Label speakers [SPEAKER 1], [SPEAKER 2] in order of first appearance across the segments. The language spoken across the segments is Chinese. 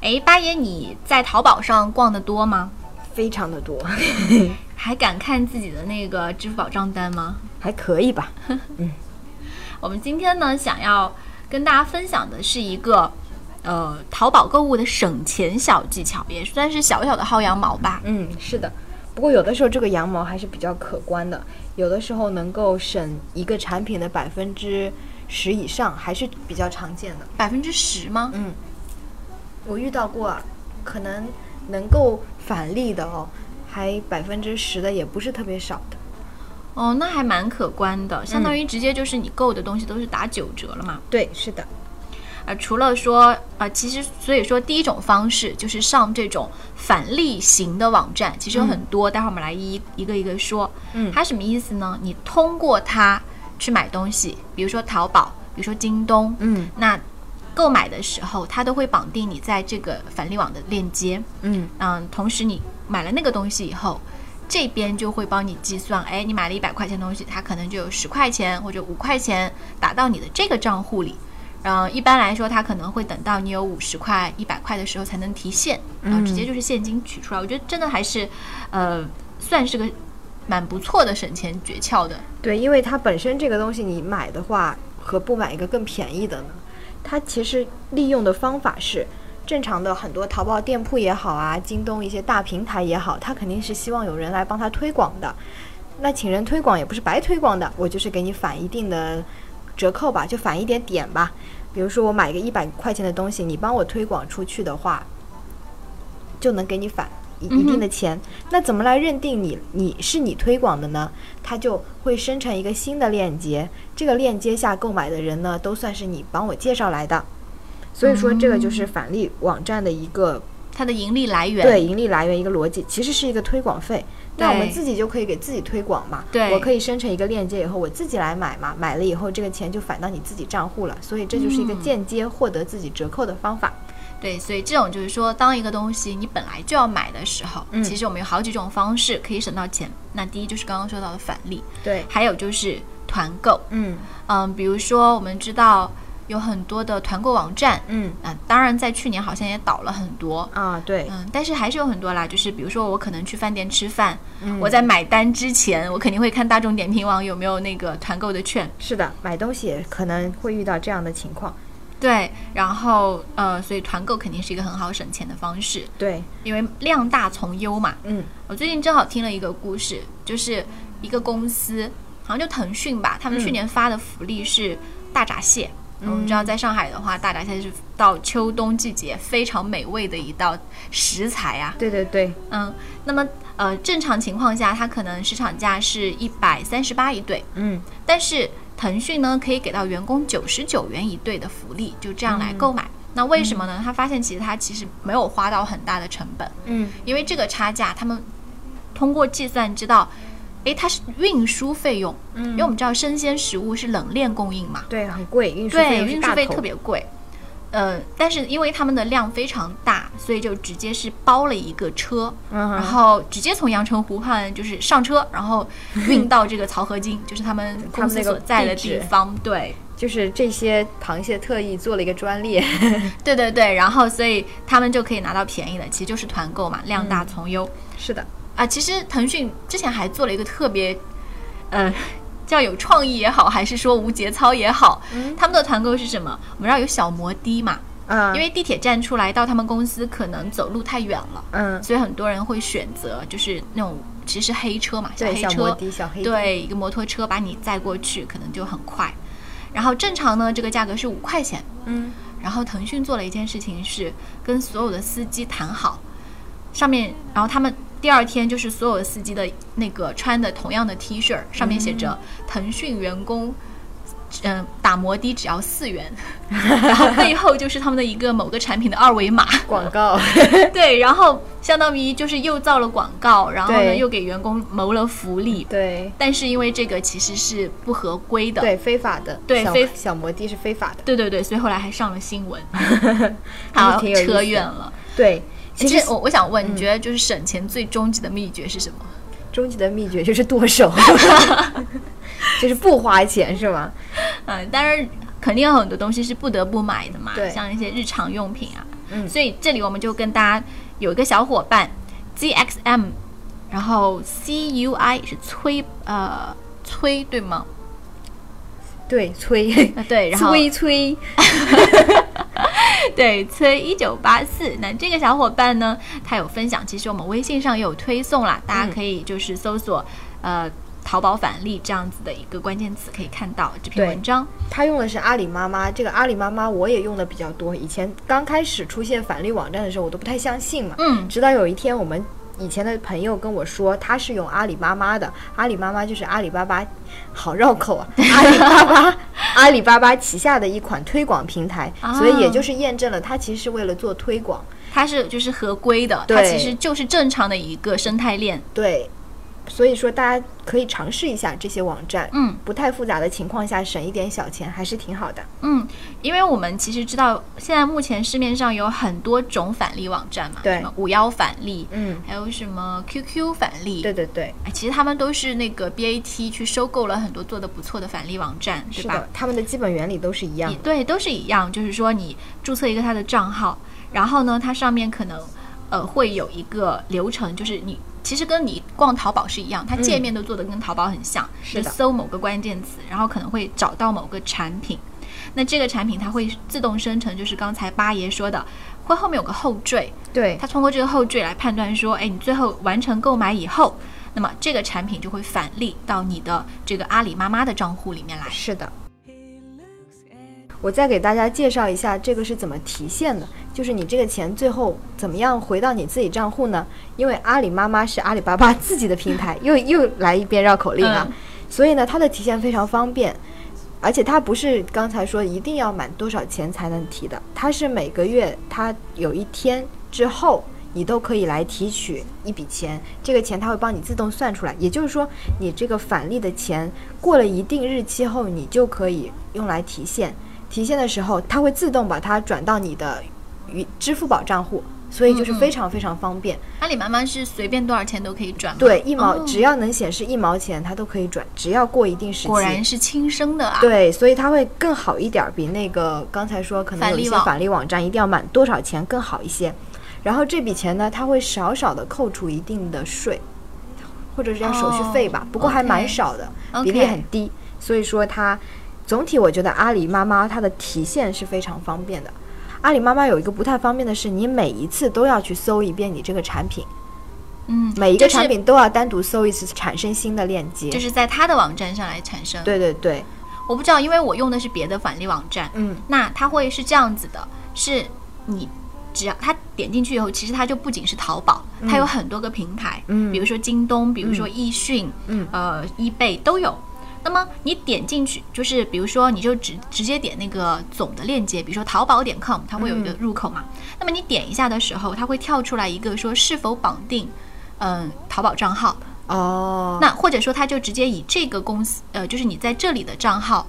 [SPEAKER 1] 哎，八爷，你在淘宝上逛的多吗？
[SPEAKER 2] 非常的 多，
[SPEAKER 1] 还敢看自己的那个支付宝账单吗？
[SPEAKER 2] 还可以吧？
[SPEAKER 1] 我们今天呢，想要跟大家分享的是一个，呃，淘宝购物的省钱小技巧，也算是小小的薅羊毛吧。
[SPEAKER 2] 嗯，是的。不过有的时候这个羊毛还是比较可观的，有的时候能够省一个产品的百分之十以上，还是比较常见的。
[SPEAKER 1] 百分之十吗？
[SPEAKER 2] 嗯，我遇到过，啊可能能够返利的哦，还百分之十的也不是特别少的。
[SPEAKER 1] 哦，那还蛮可观的，相当于直接就是你购的东西都是打九折了嘛。
[SPEAKER 2] 对，是的。
[SPEAKER 1] 呃，除了说，呃，其实所以说第一种方式就是上这种返利型的网站，其实有很多，待会儿我们来一一个一个说。
[SPEAKER 2] 嗯
[SPEAKER 1] 它什么意思呢？你通过它去买东西，比如说淘宝，比如说京东，
[SPEAKER 2] 嗯
[SPEAKER 1] 那购买的时候它都会绑定你在这个返利网的链接。
[SPEAKER 2] 嗯
[SPEAKER 1] 嗯，同时你买了那个东西以后。这边就会帮你计算，哎，你买了一百块钱东西，它可能就有十块钱或者五块钱打到你的这个账户里。然后一般来说，它可能会等到你有五十块、一百块的时候才能提现，
[SPEAKER 2] 嗯
[SPEAKER 1] 然后直接就是现金取出来。我觉得真的还是，呃，算是个蛮不错的省钱诀窍的。
[SPEAKER 2] 对，因为它本身这个东西你买的话和不买一个更便宜的呢，它其实利用的方法是正常的很多淘宝店铺也好啊，京东一些大平台也好，它肯定是希望有人来帮它推广的。那请人推广也不是白推广的，我就是给你返一定的折扣吧，就返一点点吧。比如说我买个一百块钱的东西，你帮我推广出去的话，就能给你返一一定的钱。那怎么来认定你你是你推广的呢？它就会生成一个新的链接，这个链接下购买的人呢，都算是你帮我介绍来的。所以说，这个就是返利网站的一个
[SPEAKER 1] 它的盈利来源，
[SPEAKER 2] 对盈利来源一个逻辑，其实是一个推广费。那我们
[SPEAKER 1] 对
[SPEAKER 2] 自己就可以给自己推广嘛，
[SPEAKER 1] 对
[SPEAKER 2] 我可以生成一个链接以后，我自己来买嘛，买了以后这个钱就返到你自己账户了，所以这就是一个
[SPEAKER 1] 嗯
[SPEAKER 2] 间接获得自己折扣的方法。
[SPEAKER 1] 对，所以这种就是说，当一个东西你本来就要买的时候，
[SPEAKER 2] 嗯
[SPEAKER 1] 其实我们有好几种方式可以省到钱。那第一就是刚刚说到的返利，
[SPEAKER 2] 对，
[SPEAKER 1] 还有就是团购。
[SPEAKER 2] 嗯
[SPEAKER 1] 嗯，比如说我们知道有很多的团购网站，
[SPEAKER 2] 嗯
[SPEAKER 1] 啊、当然在去年好像也倒了很多。
[SPEAKER 2] 啊，对，
[SPEAKER 1] 嗯，但是还是有很多啦，就是比如说我可能去饭店吃饭，
[SPEAKER 2] 嗯
[SPEAKER 1] 我在买单之前，我肯定会看大众点评网有没有那个团购的券，
[SPEAKER 2] 是的，买东西也可能会遇到这样的情况。
[SPEAKER 1] 对，然后呃，所以团购肯定是一个很好省钱的方式，
[SPEAKER 2] 对，
[SPEAKER 1] 因为量大从优嘛。
[SPEAKER 2] 嗯
[SPEAKER 1] 我最近正好听了一个故事，就是一个公司，好像就腾讯吧，他们去
[SPEAKER 2] 嗯
[SPEAKER 1] 年发的福利是大闸蟹。
[SPEAKER 2] 嗯
[SPEAKER 1] 我们知道，在上海的话，大闸蟹是到秋冬季节非常美味的一道食材啊。
[SPEAKER 2] 对对对，
[SPEAKER 1] 嗯，那么呃，正常情况下，它可能市场价是一百三十八一对，
[SPEAKER 2] 嗯
[SPEAKER 1] 但是腾讯呢可以给到员工九十九元一对的福利，就这样来购买。那为什么呢？他发现其实他其实没有花到很大的成本，
[SPEAKER 2] 嗯
[SPEAKER 1] 因为这个差价，他们通过计算知道，诶，它是运输费用，因为我
[SPEAKER 2] 嗯，
[SPEAKER 1] 们知道生鲜食物是冷链供应嘛，
[SPEAKER 2] 对，很贵，运输费
[SPEAKER 1] 对，
[SPEAKER 2] 用是
[SPEAKER 1] 运
[SPEAKER 2] 大
[SPEAKER 1] 输费
[SPEAKER 2] 头
[SPEAKER 1] 特别贵。呃，但是因为他们的量非常大，所以就直接是包了一个车，
[SPEAKER 2] 嗯
[SPEAKER 1] 然
[SPEAKER 2] 哼
[SPEAKER 1] 后直接从阳澄湖畔就是上车，然后运到这个漕河 泾，就是他们
[SPEAKER 2] 他
[SPEAKER 1] 公
[SPEAKER 2] 们
[SPEAKER 1] 司
[SPEAKER 2] 那个
[SPEAKER 1] 所在的
[SPEAKER 2] 地
[SPEAKER 1] 地
[SPEAKER 2] 址
[SPEAKER 1] 方。对，
[SPEAKER 2] 就是这些螃蟹特意做了一个专列。
[SPEAKER 1] 对对对，然后所以他们就可以拿到便宜的，其实就是团购嘛，量大从优。
[SPEAKER 2] 是的，
[SPEAKER 1] 啊，其实腾讯之前还做了一个特别，呃，叫有创意也好，还是说无节操也好，
[SPEAKER 2] 嗯
[SPEAKER 1] 他们的团购是什么？我们知道有小摩的嘛，
[SPEAKER 2] 啊，
[SPEAKER 1] 因为地铁站出来到他们公司可能走路太远了，
[SPEAKER 2] 嗯，
[SPEAKER 1] 所以很多人会选择就是那种其实是黑车嘛，小
[SPEAKER 2] 对，
[SPEAKER 1] 黑
[SPEAKER 2] 小摩
[SPEAKER 1] 车，
[SPEAKER 2] 的小黑，，
[SPEAKER 1] 对，一个摩托车把你载过去，可能就很快。然后正常呢，这个价格是五块钱，
[SPEAKER 2] 嗯
[SPEAKER 1] 然后腾讯做了一件事情是跟所有的司机谈好，上面，然后他们第二天就是所有的
[SPEAKER 2] 嗯
[SPEAKER 1] 司机的那个穿的同样的 T 恤，上面写着腾讯员工。嗯、打摩的只要四元， 然后背后就是他们的一个某个产品的二维码，
[SPEAKER 2] 广告，
[SPEAKER 1] 对，然后相当于就是又造了广告，然后呢
[SPEAKER 2] 对
[SPEAKER 1] 又给员工谋了福利，
[SPEAKER 2] 对
[SPEAKER 1] 但是因为这个其实是不合规的，
[SPEAKER 2] 对，非法的，
[SPEAKER 1] 对
[SPEAKER 2] 小
[SPEAKER 1] 非
[SPEAKER 2] 小摩的是非法的，
[SPEAKER 1] 对对对，所以后来还上了新 闻。好，
[SPEAKER 2] 挺有意思
[SPEAKER 1] 扯
[SPEAKER 2] 的
[SPEAKER 1] 远了。
[SPEAKER 2] 对。其实
[SPEAKER 1] 这我我想问，
[SPEAKER 2] 嗯
[SPEAKER 1] 你觉得就是省钱最终极的秘诀是什么？
[SPEAKER 2] 终极的秘诀就是剁手， 就是不花钱是吗？
[SPEAKER 1] 嗯，当然肯定有很多东西是不得不买的嘛，
[SPEAKER 2] 对
[SPEAKER 1] 像一些日常用品啊。
[SPEAKER 2] 嗯
[SPEAKER 1] 所以这里我们就跟大家有一个小伙伴 ZXM，然后 CUI 是崔呃崔对吗？
[SPEAKER 2] 对，催，
[SPEAKER 1] 啊对，然后
[SPEAKER 2] 催催，
[SPEAKER 1] 对崔一九八四，那这个小伙伴呢，他有分享，其实我们微信上也有推送啦，
[SPEAKER 2] 嗯
[SPEAKER 1] 大家可以就是搜索、呃淘宝返利这样子的一个关键词，可以看到这篇
[SPEAKER 2] 对
[SPEAKER 1] 文章。
[SPEAKER 2] 他用的是阿里妈妈，这个阿里妈妈我也用的比较多。以前刚开始出现返利网站的时候，我都不太相信嘛。
[SPEAKER 1] 嗯，
[SPEAKER 2] 直到有一天，我们以前的朋友跟我说，他是用阿里妈妈的，阿里妈妈就是阿里巴巴，好绕口啊，阿里巴巴，阿里巴巴旗下的一款推广平台，
[SPEAKER 1] 啊
[SPEAKER 2] 所以也就是验证了它其实是为了做推广。
[SPEAKER 1] 它是就是合规的，
[SPEAKER 2] 对
[SPEAKER 1] 它其实就是正常的一个生态链。
[SPEAKER 2] 对，所以说大家可以尝试一下这些网站，
[SPEAKER 1] 嗯
[SPEAKER 2] 不太复杂的情况下省一点小钱还是挺好的。
[SPEAKER 1] 嗯，因为我们其实知道，现在目前市面上有很多种返利网站嘛，
[SPEAKER 2] 对
[SPEAKER 1] 什么五幺返利，
[SPEAKER 2] 嗯，
[SPEAKER 1] 还有什么 QQ 返利，
[SPEAKER 2] 对对对，
[SPEAKER 1] 哎，其实他们都是那个 BAT 去收购了很多做的不错的返利网站，对
[SPEAKER 2] 是
[SPEAKER 1] 吧
[SPEAKER 2] 的？，他们的基本原理都是一样
[SPEAKER 1] 也
[SPEAKER 2] 的。
[SPEAKER 1] 对，都是一样，就是说你注册一个他的账号，然后呢，它上面可能呃会有一个流程，就是你其实跟你逛淘宝是一样，它界面都做的跟淘宝很像，
[SPEAKER 2] 嗯是
[SPEAKER 1] 就
[SPEAKER 2] 的
[SPEAKER 1] 搜某个关键词，然后可能会找到某个产品，那这个产品它会自动生成，就是刚才八爷说的。会后面有个后缀，
[SPEAKER 2] 对
[SPEAKER 1] 它通过这个后缀来判断说，哎，你最后完成购买以后，那么这个产品就会返利到你的这个阿里妈妈的账户里面来。
[SPEAKER 2] 是的。我再给大家介绍一下这个是怎么提现的，就是你这个钱最后怎么样回到你自己账户呢？因为阿里妈妈是阿里巴巴自己的平台，又又来一遍绕口令啊，
[SPEAKER 1] 嗯
[SPEAKER 2] 所以呢，它的提现非常方便，而且它不是刚才说一定要满多少钱才能提的，它是每个月它有一天之后。你都可以来提取一笔钱，这个钱它会帮你自动算出来，也就是说，你这个返利的钱过了一定日期后，你就可以用来提现。提现的时候，它会自动把它转到你的与支付宝账户，所以就是
[SPEAKER 1] 嗯嗯
[SPEAKER 2] 非常非常方便。
[SPEAKER 1] 阿里妈妈是随便多少钱都可以转吗？
[SPEAKER 2] 对，一毛、
[SPEAKER 1] 哦
[SPEAKER 2] 只要能显示一毛钱，它都可以转，只要过一定时期。
[SPEAKER 1] 果然是亲生的啊！
[SPEAKER 2] 对，所以它会更好一点儿，比那个刚才说可能
[SPEAKER 1] 返
[SPEAKER 2] 有一
[SPEAKER 1] 利
[SPEAKER 2] 些
[SPEAKER 1] 网
[SPEAKER 2] 返利网站一定要满多少钱更好一些。然后这笔钱呢，它会少少的扣除一定的税，或者是叫手续费
[SPEAKER 1] 哦
[SPEAKER 2] 吧，不过还蛮
[SPEAKER 1] OK
[SPEAKER 2] 少的
[SPEAKER 1] OK
[SPEAKER 2] 比例很低。所以说它总体我觉得阿里妈妈它的提现是非常方便的。阿里妈妈有一个不太方便的是，你每一次都要去搜一遍你这个产品，
[SPEAKER 1] 嗯，
[SPEAKER 2] 每一个
[SPEAKER 1] 就是
[SPEAKER 2] 产品都要单独搜一次，产生新的链接。
[SPEAKER 1] 就是在他的网站上来产生。，
[SPEAKER 2] 对对对，
[SPEAKER 1] 我不知道，因为我用的是别的返利网站，
[SPEAKER 2] 嗯，
[SPEAKER 1] 那它会是这样子的：是你只要它点进去以后，其实它就不仅是淘宝，它有很多个平台，
[SPEAKER 2] 嗯
[SPEAKER 1] 比如说京东，比如说易迅，
[SPEAKER 2] 嗯
[SPEAKER 1] 呃，eBay 都有。那么你点进去，就是比如说，你就直直接点那个总的链接，比如说淘宝点 com，它会有一个
[SPEAKER 2] 嗯
[SPEAKER 1] 入口嘛。那么你点一下的时候，它会跳出来一个说是否绑定，嗯、淘宝账号。
[SPEAKER 2] 哦，
[SPEAKER 1] 那或者说，他就直接以这个公司，呃，就是你在这里的账号，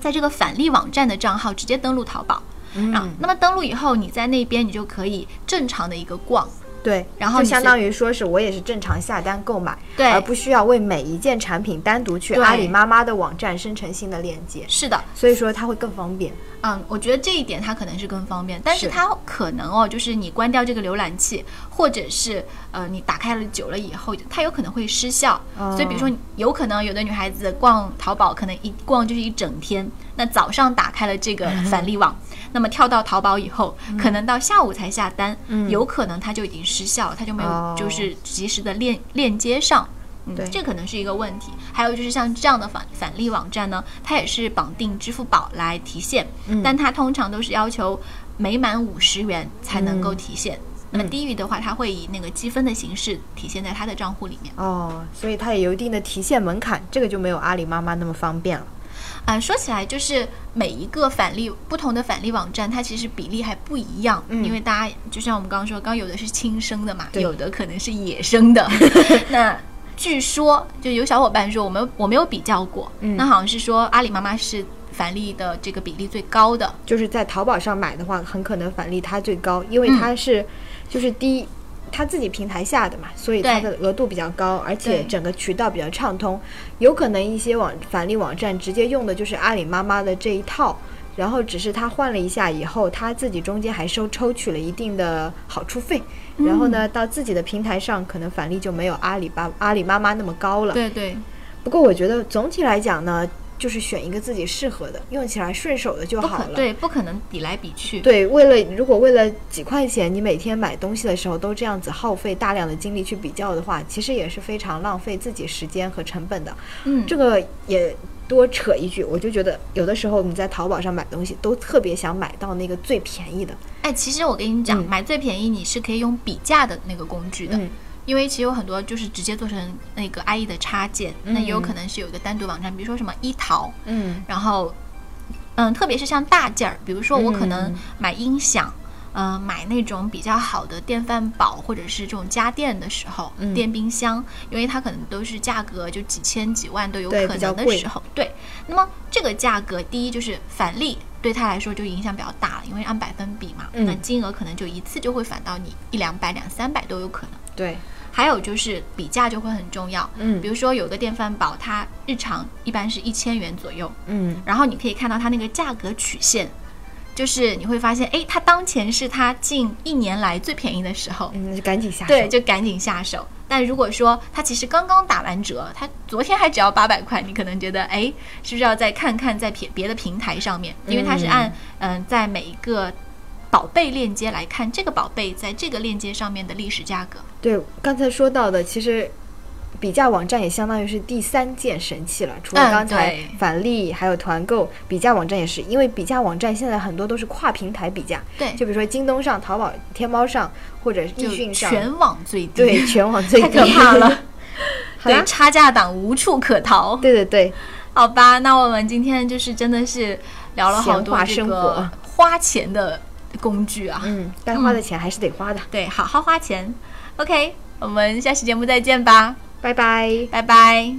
[SPEAKER 1] 在这个返利网站的账号直接登录淘宝。
[SPEAKER 2] 嗯
[SPEAKER 1] 啊，那么登录以后，你在那边你就可以正常的一个逛。
[SPEAKER 2] 对，
[SPEAKER 1] 然后
[SPEAKER 2] 就
[SPEAKER 1] 你
[SPEAKER 2] 相
[SPEAKER 1] 是
[SPEAKER 2] 当于说是我也是正常下单购买，
[SPEAKER 1] 对
[SPEAKER 2] 而不需要为每一件产品单独去
[SPEAKER 1] 对
[SPEAKER 2] 阿里妈妈的网站生成新的链接，
[SPEAKER 1] 是的，
[SPEAKER 2] 所以说它会更方便。
[SPEAKER 1] 嗯，我觉得这一点它可能是更方便，但是
[SPEAKER 2] 是
[SPEAKER 1] 它可能哦，就是你关掉这个浏览器，或者是呃你打开了久了以后，它有可能会失效。
[SPEAKER 2] 哦
[SPEAKER 1] 所以比如说，有可能有的女孩子逛淘宝，可能一逛就是一整天，那早上打开了这个返利网，
[SPEAKER 2] 嗯
[SPEAKER 1] 那么跳到淘宝以后，可能到下午才下单，
[SPEAKER 2] 嗯
[SPEAKER 1] 有可能它就已经失效了，它就没有
[SPEAKER 2] 哦
[SPEAKER 1] 就是及时的链链接上。嗯
[SPEAKER 2] 对，
[SPEAKER 1] 这可能是一个问题。还有就是像这样的返返利网站呢，它也是绑定支付宝来提现，
[SPEAKER 2] 嗯
[SPEAKER 1] 但它通常都是要求每满五十元才能
[SPEAKER 2] 嗯
[SPEAKER 1] 够提现。那么低于的话，它会以那个积分的形式体现在它的账户里面。
[SPEAKER 2] 哦哦，所以它也有一定的提现门槛，这个就没有阿里妈妈那么方便了。
[SPEAKER 1] 啊、说起来就是每一个返利不同的返利网站，它其实比例还不一样，
[SPEAKER 2] 嗯
[SPEAKER 1] 因为大家就像我们刚刚说，刚有的是亲生的嘛，
[SPEAKER 2] 对
[SPEAKER 1] 有的可能是野生 的。那据说就有小伙伴说，我们我没有比较过，
[SPEAKER 2] 嗯
[SPEAKER 1] 那好像是说阿里妈妈是返利的这个比例最高的，
[SPEAKER 2] 就是在淘宝上买的话，很可能返利它最高，因为
[SPEAKER 1] 嗯
[SPEAKER 2] 它是就是第一。它自己平台下的嘛，所以它
[SPEAKER 1] 对
[SPEAKER 2] 的额度比较高，而且
[SPEAKER 1] 对
[SPEAKER 2] 整个渠道比较畅通。有可能一些网返利网站直接用的就是阿里妈妈的这一套，然后只是他换了一下以后，他自己中间还收抽取了一定的好处费，
[SPEAKER 1] 嗯
[SPEAKER 2] 然后呢，到自己的平台上可能返利就没有阿里巴阿里妈妈那么高了。
[SPEAKER 1] 对对，
[SPEAKER 2] 不过我觉得总体来讲呢，就是选一个自己适合的，用起来顺手的就
[SPEAKER 1] 不
[SPEAKER 2] 好
[SPEAKER 1] 可
[SPEAKER 2] 了。
[SPEAKER 1] 对，不可能比来比去，
[SPEAKER 2] 对，为了如果为了几块钱，你每天买东西的时候都这样子耗费大量的精力去比较的话，其实也是非常浪费自己时间和成本的。
[SPEAKER 1] 嗯，
[SPEAKER 2] 这个也多扯一句，我就觉得有的时候你在淘宝上买东西，都特别想买到那个最便宜的。
[SPEAKER 1] 哎，其实我跟你讲，
[SPEAKER 2] 嗯
[SPEAKER 1] 买最便宜你是可以用比价的那个工具的，
[SPEAKER 2] 嗯
[SPEAKER 1] 因为其实有很多就是直接做成那个 IE 的插件，那也有可能是有一个单独网站，比如说什么一淘，
[SPEAKER 2] 嗯
[SPEAKER 1] 然后，嗯，特别是像大件儿，比如说我可能
[SPEAKER 2] 嗯
[SPEAKER 1] 买音响，嗯、买那种比较好的电饭煲或者是这种家电的时候，
[SPEAKER 2] 嗯
[SPEAKER 1] 电冰箱，因为它可能都是价格就几千几万都有
[SPEAKER 2] 对
[SPEAKER 1] 可
[SPEAKER 2] 比较
[SPEAKER 1] 能的
[SPEAKER 2] 贵
[SPEAKER 1] 时候，对那么这个价格，第一就是返利。对他来说就影响比较大了，因为按百分比嘛，
[SPEAKER 2] 嗯
[SPEAKER 1] 那金额可能就一次就会返到你一两百、两三百都有可能。
[SPEAKER 2] 对，
[SPEAKER 1] 还有就是比价就会很重要，
[SPEAKER 2] 嗯
[SPEAKER 1] 比如说有个电饭煲，它日常一般是一千元左右，
[SPEAKER 2] 嗯
[SPEAKER 1] 然后你可以看到它那个价格曲线，就是你会发现，哎，它当前是它近一年来最便宜的时候，
[SPEAKER 2] 嗯，那就赶紧下手。
[SPEAKER 1] 对，就赶紧下手。但如果说它其实刚刚打完折，它昨天还只要八百块，你可能觉得，哎，是不是要再看看在别别的平台上面？因为它是按嗯、在每一个宝贝链接来看这个宝贝在这个链接上面的历史价格。
[SPEAKER 2] 对，刚才说到的，其实比价网站也相当于是第三件神器了。除
[SPEAKER 1] 嗯
[SPEAKER 2] 了刚才
[SPEAKER 1] 对
[SPEAKER 2] 返利，还有团购，比价网站也是，因为比价网站现在很多都是跨平台比价，
[SPEAKER 1] 对，
[SPEAKER 2] 就比如说京东上、淘宝、天猫上，或者易
[SPEAKER 1] 就
[SPEAKER 2] 迅上，
[SPEAKER 1] 全网最低，
[SPEAKER 2] 对，全网最
[SPEAKER 1] 太
[SPEAKER 2] 低
[SPEAKER 1] 可怕 了。
[SPEAKER 2] 好
[SPEAKER 1] 对
[SPEAKER 2] 啦，
[SPEAKER 1] 差价党无处可逃。
[SPEAKER 2] 对对对，
[SPEAKER 1] 好吧，那我们今天就是真的是聊了好多这
[SPEAKER 2] 闲话生
[SPEAKER 1] 个
[SPEAKER 2] 活
[SPEAKER 1] 花钱的工具啊，
[SPEAKER 2] 嗯，该花的钱还是得花的，
[SPEAKER 1] 对，好好花钱。OK，我们下期节目再见吧，
[SPEAKER 2] 拜拜。
[SPEAKER 1] 拜拜。